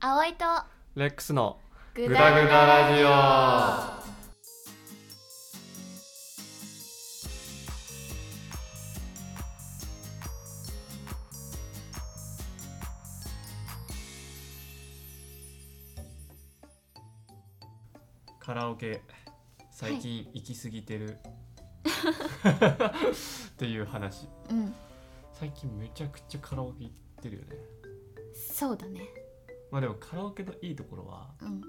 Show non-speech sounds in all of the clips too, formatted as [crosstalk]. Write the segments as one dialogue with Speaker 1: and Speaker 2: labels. Speaker 1: 葵と
Speaker 2: レックスの
Speaker 1: グ
Speaker 2: グダグダラジオカラオケ最近行き過ぎ
Speaker 1: [laughs]
Speaker 2: てる、っていう話
Speaker 1: うん
Speaker 2: 最近めちゃくちゃカラオケ行ってるよね
Speaker 1: そうだね
Speaker 2: まあでもカラオケのいいところは
Speaker 1: うん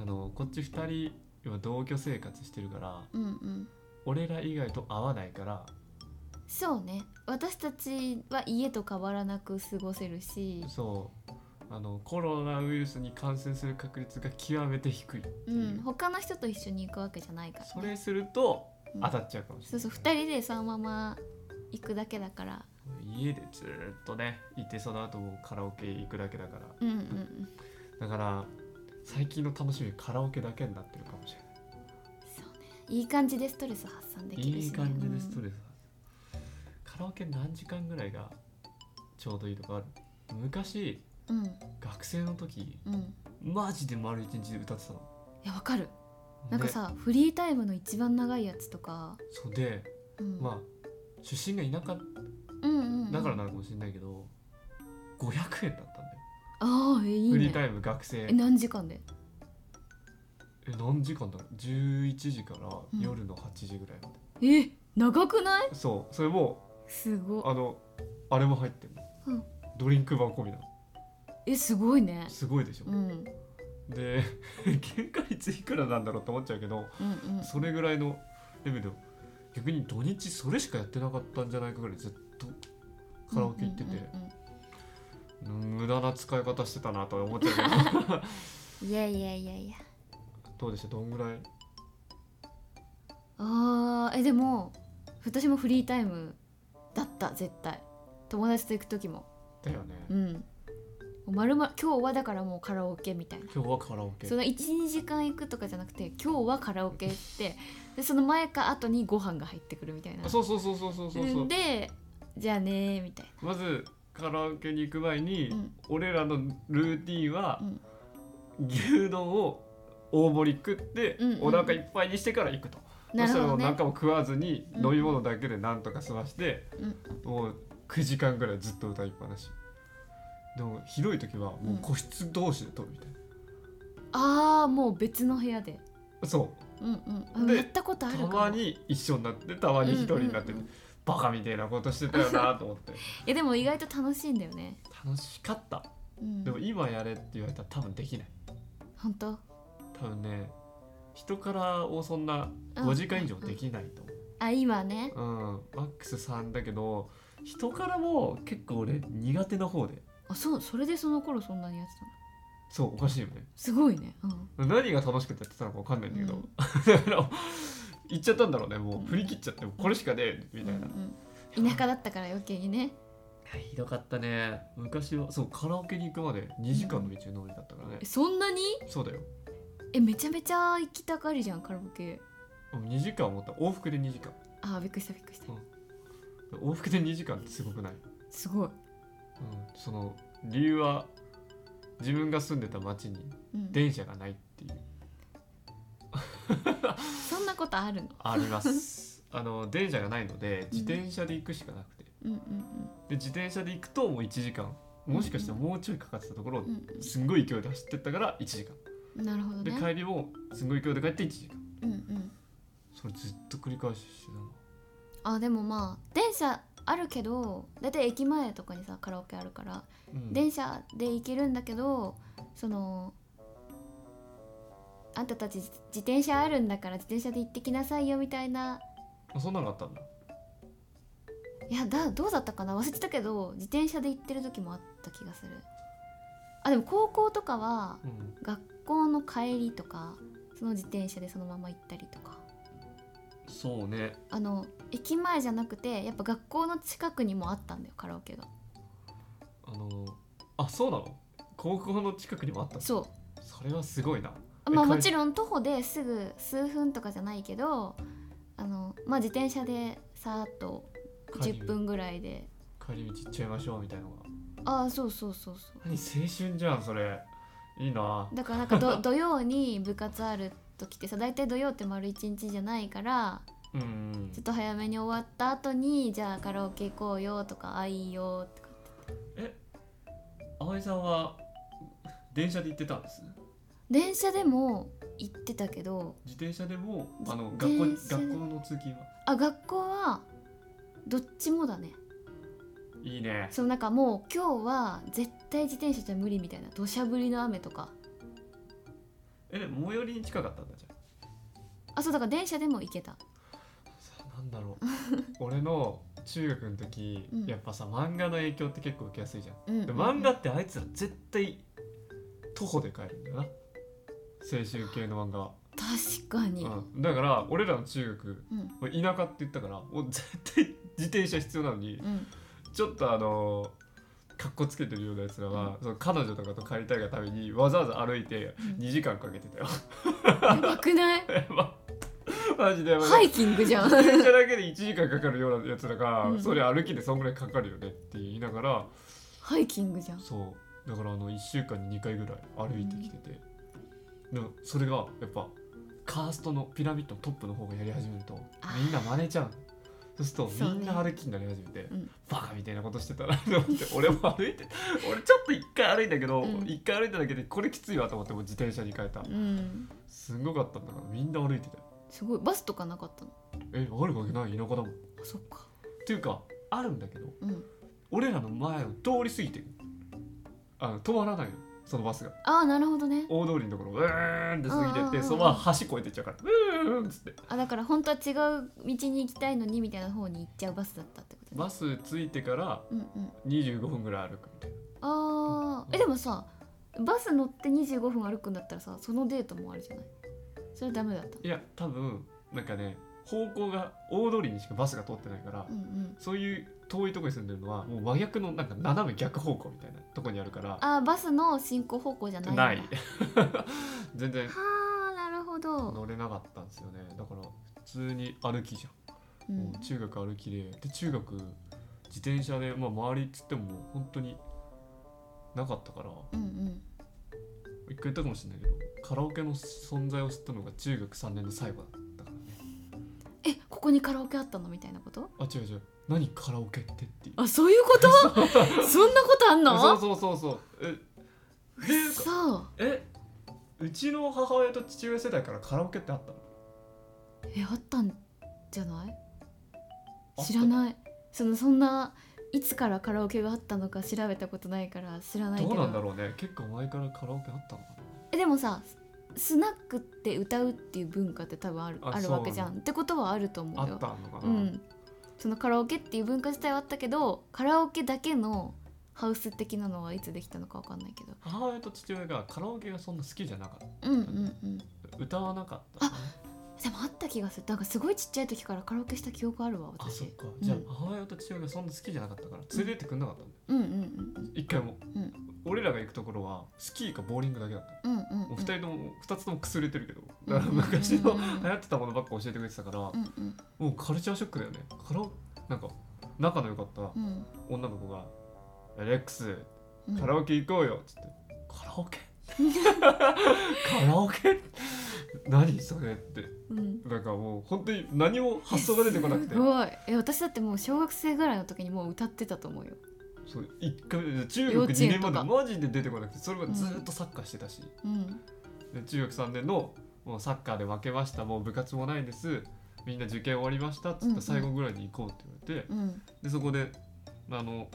Speaker 2: あのこっち2人今同居生活してるから
Speaker 1: うんうん
Speaker 2: 俺ら以外と会わないから
Speaker 1: そうね私たちは家と変わらなく過ごせるし
Speaker 2: そうあのコロナウイルスに感染する確率が極めて低いって
Speaker 1: う
Speaker 2: いう、
Speaker 1: ん他の人と一緒に行くわけじゃないから、ね、
Speaker 2: それすると
Speaker 1: うん
Speaker 2: 当たっちゃうかもし
Speaker 1: そ
Speaker 2: れ
Speaker 1: う
Speaker 2: ない、
Speaker 1: そう2人でそのまま行くだけだから
Speaker 2: 家でずーっとねいてその後もカラオケ行くだけだから
Speaker 1: うんうんうん
Speaker 2: だから最近の楽しみカラオケだけになってるかもしれない
Speaker 1: そうねいい感じでストレス発散できるし、ね、
Speaker 2: いい感じでスト
Speaker 1: レ
Speaker 2: レス、カラオケ何時間ぐらいがちょうどいいとかある昔
Speaker 1: スうん
Speaker 2: 学生の時
Speaker 1: うん、い
Speaker 2: マジで丸一日歌ってたの
Speaker 1: やわかるなんか
Speaker 2: で
Speaker 1: さ、フリータイムの一番長いやつとか、
Speaker 2: そうで
Speaker 1: うん、
Speaker 2: まあ出身が田舎
Speaker 1: うんうんうん
Speaker 2: だからなのかもしれないけど、500円だったんだよ
Speaker 1: ああえいいね
Speaker 2: フリータイム学生
Speaker 1: え何時間で
Speaker 2: え何時間だろう11時から
Speaker 1: ん
Speaker 2: 夜の8時ぐらいまで、
Speaker 1: え長くない
Speaker 2: そうそれも
Speaker 1: すご
Speaker 2: あのあれも入ってる
Speaker 1: う
Speaker 2: の、
Speaker 1: ん
Speaker 2: ドリンクバー込みなの
Speaker 1: えすごいね
Speaker 2: すごいでしょ、
Speaker 1: うんうん
Speaker 2: で [laughs] 原価率いくらなんだろうと思っちゃうけど
Speaker 1: うん
Speaker 2: それぐらいのレベルで逆に土日それしかやってなかったんじゃないかぐらいずっとカラオケ行ってて、
Speaker 1: うんうん
Speaker 2: うん無駄な使い方してたなとは思っちゃう
Speaker 1: [laughs]
Speaker 2: けど
Speaker 1: うんいやいやいやいや
Speaker 2: どうでしたどんぐらい
Speaker 1: あーえでも私もフリータイムだった絶対友達と行く時も
Speaker 2: だよね、
Speaker 1: うんもうまるまる今日はだからもうカラオケみたいな
Speaker 2: 今日はカラオケ
Speaker 1: その12時間行くとかじゃなくて今日はカラオケ行ってでその前か後にご飯が入ってくるみたいな
Speaker 2: あそうそうそうそうそうそうそう
Speaker 1: でじゃあねーみたいな
Speaker 2: まずカラオケに行く前に、
Speaker 1: うん
Speaker 2: 俺らのルーティンは
Speaker 1: う、ん
Speaker 2: 牛丼を大盛り食って、
Speaker 1: うんうん
Speaker 2: お腹いっぱいにしてから行くと、
Speaker 1: なる
Speaker 2: そ
Speaker 1: ほ
Speaker 2: したらも
Speaker 1: ど
Speaker 2: う何
Speaker 1: ね
Speaker 2: かも食わずに
Speaker 1: うん
Speaker 2: 飲み物だけでなんとか済まして、
Speaker 1: うん
Speaker 2: もう9時間ぐらいずっと歌いっぱなしでもひどい時はもう個室同士で撮るみたいな、
Speaker 1: ああもう別の部屋で
Speaker 2: そう
Speaker 1: うんうんあ
Speaker 2: で
Speaker 1: やったことあるか
Speaker 2: た
Speaker 1: も
Speaker 2: まに一緒になってたまに一人になって、
Speaker 1: うんうんうん
Speaker 2: バカみたいなことしてたよなと思っ
Speaker 1: [laughs]
Speaker 2: て
Speaker 1: いやでも意外と楽しいんだよね、
Speaker 2: 楽しかった
Speaker 1: うん、
Speaker 2: でも今やれって言われたら多分できない
Speaker 1: 本当
Speaker 2: 多分ね人からをそんな
Speaker 1: うん
Speaker 2: 5時間以上できないと
Speaker 1: あ今ね
Speaker 2: 思う、うんマックス3だけど人からも結構俺苦手な方で
Speaker 1: あそうそれでその頃そんなにやってたの
Speaker 2: そうおかしいよね
Speaker 1: すごいねうん
Speaker 2: 何が楽しくてやってたのか分かんないんだけど、
Speaker 1: うん
Speaker 2: だから [laughs] 言っちゃったんだろうね
Speaker 1: う
Speaker 2: も
Speaker 1: ん
Speaker 2: う振り切っちゃってもうこれしかねえみたいな、
Speaker 1: うんうん、田舎だったから余計にね
Speaker 2: ひどかったね昔はそうカラオケに行くまで2時間の道のりだったからね
Speaker 1: え、そんなに
Speaker 2: そうだよ
Speaker 1: えめちゃめちゃ行きたがりじゃんカラオケ
Speaker 2: 2時間思った往復で2時間
Speaker 1: あーびっくりしたびっくりした
Speaker 2: うん往復で2時間ってすごくない、うん、
Speaker 1: すごい、
Speaker 2: その理由は自分が住んでた町に
Speaker 1: うん、
Speaker 2: 電車がないっていう
Speaker 1: そんなことあるの
Speaker 2: あります
Speaker 1: [laughs]
Speaker 2: あの電車がないので自転車で行くしかなくて
Speaker 1: うんうん
Speaker 2: で自転車で行くともう1時間もしかしたらもうちょいかかってたところ
Speaker 1: うん
Speaker 2: すんごい勢いで走ってったから1時間
Speaker 1: うんなるほど
Speaker 2: で
Speaker 1: ね
Speaker 2: 帰りもすんごい勢いで帰って1時間
Speaker 1: うんうん
Speaker 2: それずっと繰り返ししてたの
Speaker 1: あでもまあ電車あるけど大体駅前とかにさカラオケあるから
Speaker 2: うん
Speaker 1: 電車で行けるんだけどそのあんたたち自自転車あるんだから自転車で行ってきなさいよみたいな
Speaker 2: あそんなのあったんだ
Speaker 1: いやだどうだったかな忘れてたけど自転車で行ってる時もあった気がするあでも高校とかは
Speaker 2: うん
Speaker 1: 学校の帰りとかその自転車でそのまま行ったりとか
Speaker 2: そうね
Speaker 1: あの駅前じゃなくてやっぱ学校の近くにもあったんだよカラオケが
Speaker 2: あのあそうなの高校の近くにもあったの
Speaker 1: そう
Speaker 2: それはすごいな
Speaker 1: まあ
Speaker 2: え帰り
Speaker 1: もちろん徒歩ですぐ数分とかじゃないけどあの、まあ、自転車でさーっと
Speaker 2: 帰り
Speaker 1: 10分ぐらいで
Speaker 2: 帰り道行っちゃいましょうみたいなの
Speaker 1: あ
Speaker 2: が
Speaker 1: あそうそうそうそう
Speaker 2: 何青春じゃんそれいいな
Speaker 1: だからなんかど土曜に部活ある時ってさ大体土曜って丸一日じゃないから
Speaker 2: うんうん
Speaker 1: ちょっと早めに終わった後にじゃあカラオケ行こうよとかあいいよとか
Speaker 2: 葵さんは電車で行ってたんです
Speaker 1: 電車でも行ってたけど
Speaker 2: 自転車でも
Speaker 1: 自
Speaker 2: あの学校に
Speaker 1: 電車で
Speaker 2: 学校の通勤は
Speaker 1: あ学校はどっちもだね
Speaker 2: いいね
Speaker 1: そのなんかもう今日は絶対自転車じゃ無理みたいな土砂降りの雨とか
Speaker 2: えでも最寄りに近かったんだじゃ
Speaker 1: あそうだから電車でも行けた
Speaker 2: あなんだろう [laughs] 俺の中学の時、
Speaker 1: うん
Speaker 2: やっぱさ漫画の影響って結構受けやすいじゃん
Speaker 1: うん
Speaker 2: で漫画ってあいつら絶対徒歩で帰るんだよな青春系の漫画は、
Speaker 1: 確かに、
Speaker 2: うん、だから俺らの中学
Speaker 1: うん
Speaker 2: もう田舎って言ったからもう絶対自転車必要なのに
Speaker 1: うん、
Speaker 2: ちょっとあのかっこつけてるようなやつらは、その彼女とかと帰りたいがためにわざわざ歩いて
Speaker 1: うん
Speaker 2: 2時間かけてたよ [laughs]
Speaker 1: やばくない
Speaker 2: マジでやばい
Speaker 1: ハイキングじゃん
Speaker 2: 自転車だけで1時間かかるようなやつらが、
Speaker 1: うん
Speaker 2: それ歩きでそんぐらいかかるよねって言いながら
Speaker 1: ハイキングじゃん
Speaker 2: そうだからあの1週間に2回ぐらい歩いてきてて、でもそれがやっぱカーストのピラミッドのトップの方がやり始めると
Speaker 1: あ
Speaker 2: みんな真似ちゃうそうすると
Speaker 1: そうね
Speaker 2: みんな歩きになり始めて、
Speaker 1: うん
Speaker 2: バカみたいなことしてたなと思って [laughs] 俺も歩いて俺ちょっと1回歩いたけど、
Speaker 1: うん
Speaker 2: 1回歩いただけでこれきついわと思ってもう自転車に変えた
Speaker 1: うん
Speaker 2: すごかったんだからみんな歩いてたよ
Speaker 1: すごいバスとかなかったの
Speaker 2: えあるわけない田舎だもんっ
Speaker 1: あそっか
Speaker 2: ていうかあるんだけど
Speaker 1: うん
Speaker 2: 俺らの前を通り過ぎてるあの止まらないのそのバスが
Speaker 1: ああなるほどね
Speaker 2: 大通りのところをうーんって過ぎ
Speaker 1: うんうん
Speaker 2: て
Speaker 1: う
Speaker 2: って
Speaker 1: ん
Speaker 2: そのまま橋越えてっちゃうからうーんっつって
Speaker 1: あだから本当は違う道に行きたいのにみたいな方に行っちゃうバスだったってことね
Speaker 2: バス着いてから
Speaker 1: うんうん
Speaker 2: 25分ぐらい歩くみたいな
Speaker 1: あーえでもさバス乗って25分歩くんだったらさそのデートもあるじゃないそれダメだったの
Speaker 2: いや多分なんかね方向が大通りにしかバスが通ってないから、
Speaker 1: うんうん
Speaker 2: そういう遠いとこに住んでるのはもう真逆のなんか斜め逆方向みたいなとこにあるから
Speaker 1: あーバスの進行方向じゃないんだ
Speaker 2: ない [laughs] 全然
Speaker 1: はあなるほど、
Speaker 2: 乗れなかったんですよねだから普通に歩きじゃ
Speaker 1: う
Speaker 2: んも
Speaker 1: ん
Speaker 2: う、中学歩きでで中学自転車で、まあ、周りっつってももう本当になかったから
Speaker 1: うんうん
Speaker 2: 一回言ったかもしれないけどカラオケの存在を知ったのが中学3年の最後だったからね
Speaker 1: えここにカラオケあったのみたいなこと
Speaker 2: あ違う違う何カラオケってっていう
Speaker 1: あそういうこと [laughs] そんなことあんの
Speaker 2: そうそうそうそうえで
Speaker 1: そう
Speaker 2: えうちの母親と父親世代からカラオケってあったの
Speaker 1: えあったんじゃない
Speaker 2: あった
Speaker 1: 知らないそのそんないつからカラオケがあったのか調べたことないから知らないけ
Speaker 2: ど
Speaker 1: ど
Speaker 2: うなんだろうね結構前からカラオケあったのか
Speaker 1: えでもさスナックって歌うっていう文化って多分ある
Speaker 2: あ
Speaker 1: あるわけじゃ
Speaker 2: そ
Speaker 1: んってことはあると思
Speaker 2: なあ
Speaker 1: う
Speaker 2: っ
Speaker 1: よ
Speaker 2: たのか
Speaker 1: う
Speaker 2: な、
Speaker 1: んそのカラオケっていう文化自体はあったけどカラオケだけのハウス的なのはいつできたのかわかんないけど
Speaker 2: 母親と父親がカラオケがそんな好きじゃなかっ
Speaker 1: うんうんうん
Speaker 2: た歌わなかったのね、
Speaker 1: でもあった気がするなんかすごいちっちゃい時からカラオケした記憶あるわ
Speaker 2: あそっ
Speaker 1: 私
Speaker 2: かじゃあ
Speaker 1: うん
Speaker 2: 母親と父親がそんな好きじゃなかったから連れてってくんなかったんだよ
Speaker 1: うんうん
Speaker 2: 一回も、
Speaker 1: うん
Speaker 2: 俺らが行くところはスキーかボーリングだけだった
Speaker 1: うんうんうんうん
Speaker 2: もう二人とも二つともくすれてるけど
Speaker 1: うん
Speaker 2: だから昔の
Speaker 1: うん
Speaker 2: 流行ってたものばっか教えてくれてたからも
Speaker 1: うんうん
Speaker 2: うカルチャーショックだよねカラオなんか仲の良かった
Speaker 1: うん
Speaker 2: 女の子が「レックス
Speaker 1: うん
Speaker 2: カラオケ行こうよ」っつって「カラオケ? 」 [laughs] カラオケ何それって
Speaker 1: うん
Speaker 2: なんかもう本当に何も発想が出てこなくて
Speaker 1: すごいえ私だってもう小学生ぐらいの時にもう歌ってたと思うよ
Speaker 2: そう一回目中
Speaker 1: 幼
Speaker 2: 学
Speaker 1: 稚
Speaker 2: 2
Speaker 1: 園
Speaker 2: 年
Speaker 1: と
Speaker 2: ま
Speaker 1: か
Speaker 2: でマジで出てこなくてそれがずーっとサッカーしてたし、
Speaker 1: うん
Speaker 2: で中学3年のもうサッカーで負けましたもう部活もないですみんな受験終わりましたっつ
Speaker 1: うん
Speaker 2: っ
Speaker 1: う
Speaker 2: て
Speaker 1: ん
Speaker 2: 最後ぐらいに行こうって言われて、
Speaker 1: うん
Speaker 2: でそこであの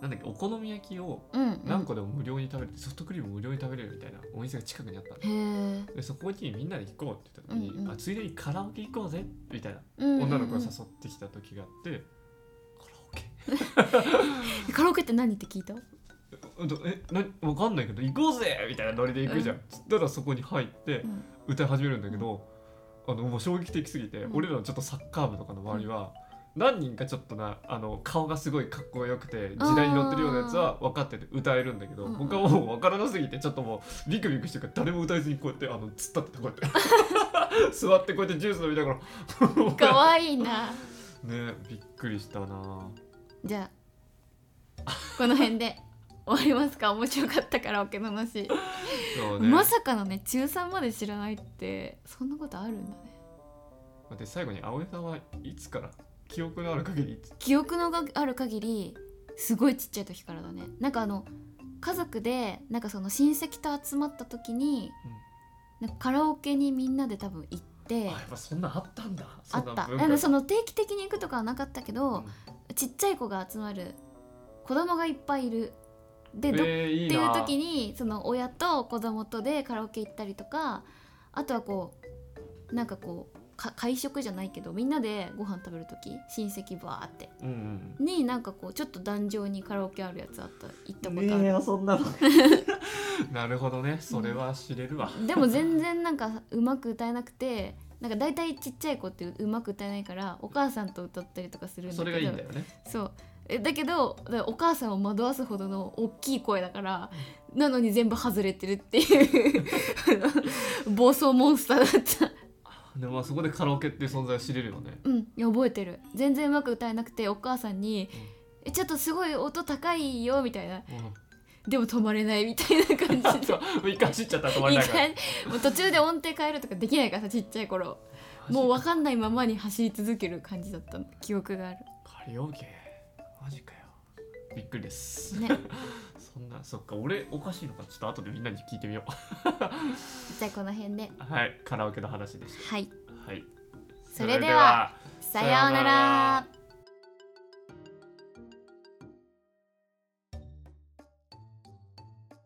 Speaker 2: なんだっけお好み焼きを
Speaker 1: うんうん
Speaker 2: 何個でも無料に食べれてソフトクリーム無料に食べれるみたいなお店が近くにあったの
Speaker 1: へえ
Speaker 2: でそこにみんなで行こうって言った時に、
Speaker 1: うんうん
Speaker 2: あついでにカラオケ行こうぜみたいな
Speaker 1: 女
Speaker 2: 女の子が誘ってきた時があって、カラオケ [laughs]
Speaker 1: カラオケって何って聞いた
Speaker 2: うんとえなわかんないけど行こうぜみたいなノリで行くじゃん、
Speaker 1: う
Speaker 2: ただそこに入って
Speaker 1: うん
Speaker 2: 歌い始めるんだけど、あのもう衝撃的すぎて、
Speaker 1: うん
Speaker 2: 俺らのちょっとサッカー部とかの周りは、何人かちょっとなあの顔がすごいかっこよくて時代に乗ってるようなやつは分かってて歌えるんだけど、
Speaker 1: うんうん
Speaker 2: 僕はもう分からなすぎてちょっともうビクビクしてるから誰も歌えずにこうやってあの突っ立っててこうやって [laughs] 座ってこうやってジュース飲みながら
Speaker 1: かわいいな
Speaker 2: ねびっくりしたな
Speaker 1: じゃあこの辺で終わりますか面白かったカラオケの話、
Speaker 2: そうね
Speaker 1: まさかのね中3まで知らないってそんなことあるんだね
Speaker 2: で最後に青江さんはいつから記憶のある限りいつ
Speaker 1: 記憶のがある限りすごいちっちゃい時からだねなんかあの家族でなんかその親戚と集まった時に、なんかカラオケにみんなで多分行って
Speaker 2: あやっぱそんなんあったんだ
Speaker 1: あ
Speaker 2: そん
Speaker 1: っ
Speaker 2: な
Speaker 1: た
Speaker 2: 文
Speaker 1: な
Speaker 2: 化
Speaker 1: ん
Speaker 2: が
Speaker 1: でその定期的に行くとかはなかったけど、
Speaker 2: うん
Speaker 1: ちっちゃい子が集まる子供がいっぱいいるでどっ
Speaker 2: えーい
Speaker 1: っ
Speaker 2: い
Speaker 1: ていう
Speaker 2: な
Speaker 1: 時にその親と子供とでカラオケ行ったりとかあとはこうなんかこうか会食じゃないけどみんなでご飯食べる時親戚バーって
Speaker 2: うんうん
Speaker 1: になんかこうちょっと壇上にカラオケあるやつあった行った
Speaker 2: うん
Speaker 1: ことある、
Speaker 2: えそんなの [laughs] なるほどねそれは知れるわ、
Speaker 1: でも全然なんかうまく歌えなくてなんか大体ちっちゃい子ってうまく歌えないからお母さんと歌ったりとかするんだけど
Speaker 2: それがいいんだよね
Speaker 1: そうえだけどだからお母さんを惑わすほどの大きい声だからなのに全部外れてるっていう [laughs] あの暴走モンスターだった
Speaker 2: でもまあそこでカラオケっていう存在を知れるよね
Speaker 1: うんいや覚えてる全然うまく歌えなくてお母さんに
Speaker 2: う
Speaker 1: 「
Speaker 2: ん
Speaker 1: えちょっとすごい音高いよ」みたいな
Speaker 2: [laughs] う
Speaker 1: でも止まれないみたいな感
Speaker 2: ん
Speaker 1: じで
Speaker 2: そうもう一回知っちゃったら止まらない
Speaker 1: 一
Speaker 2: から
Speaker 1: 回もう途中で音程変えるとかできないからさちっちゃい頃もう
Speaker 2: マ
Speaker 1: 分
Speaker 2: ジ
Speaker 1: かんないままに走り続ける感じだったの記憶がある
Speaker 2: かカラオケマジかよびっくりです、
Speaker 1: ね
Speaker 2: そんなそっか俺おかしいのかちょっと後でみんなに聞いてみよ
Speaker 1: じゃあこの辺で
Speaker 2: うはいカラオケの話でし
Speaker 1: はい
Speaker 2: たはい
Speaker 1: それではさようなら。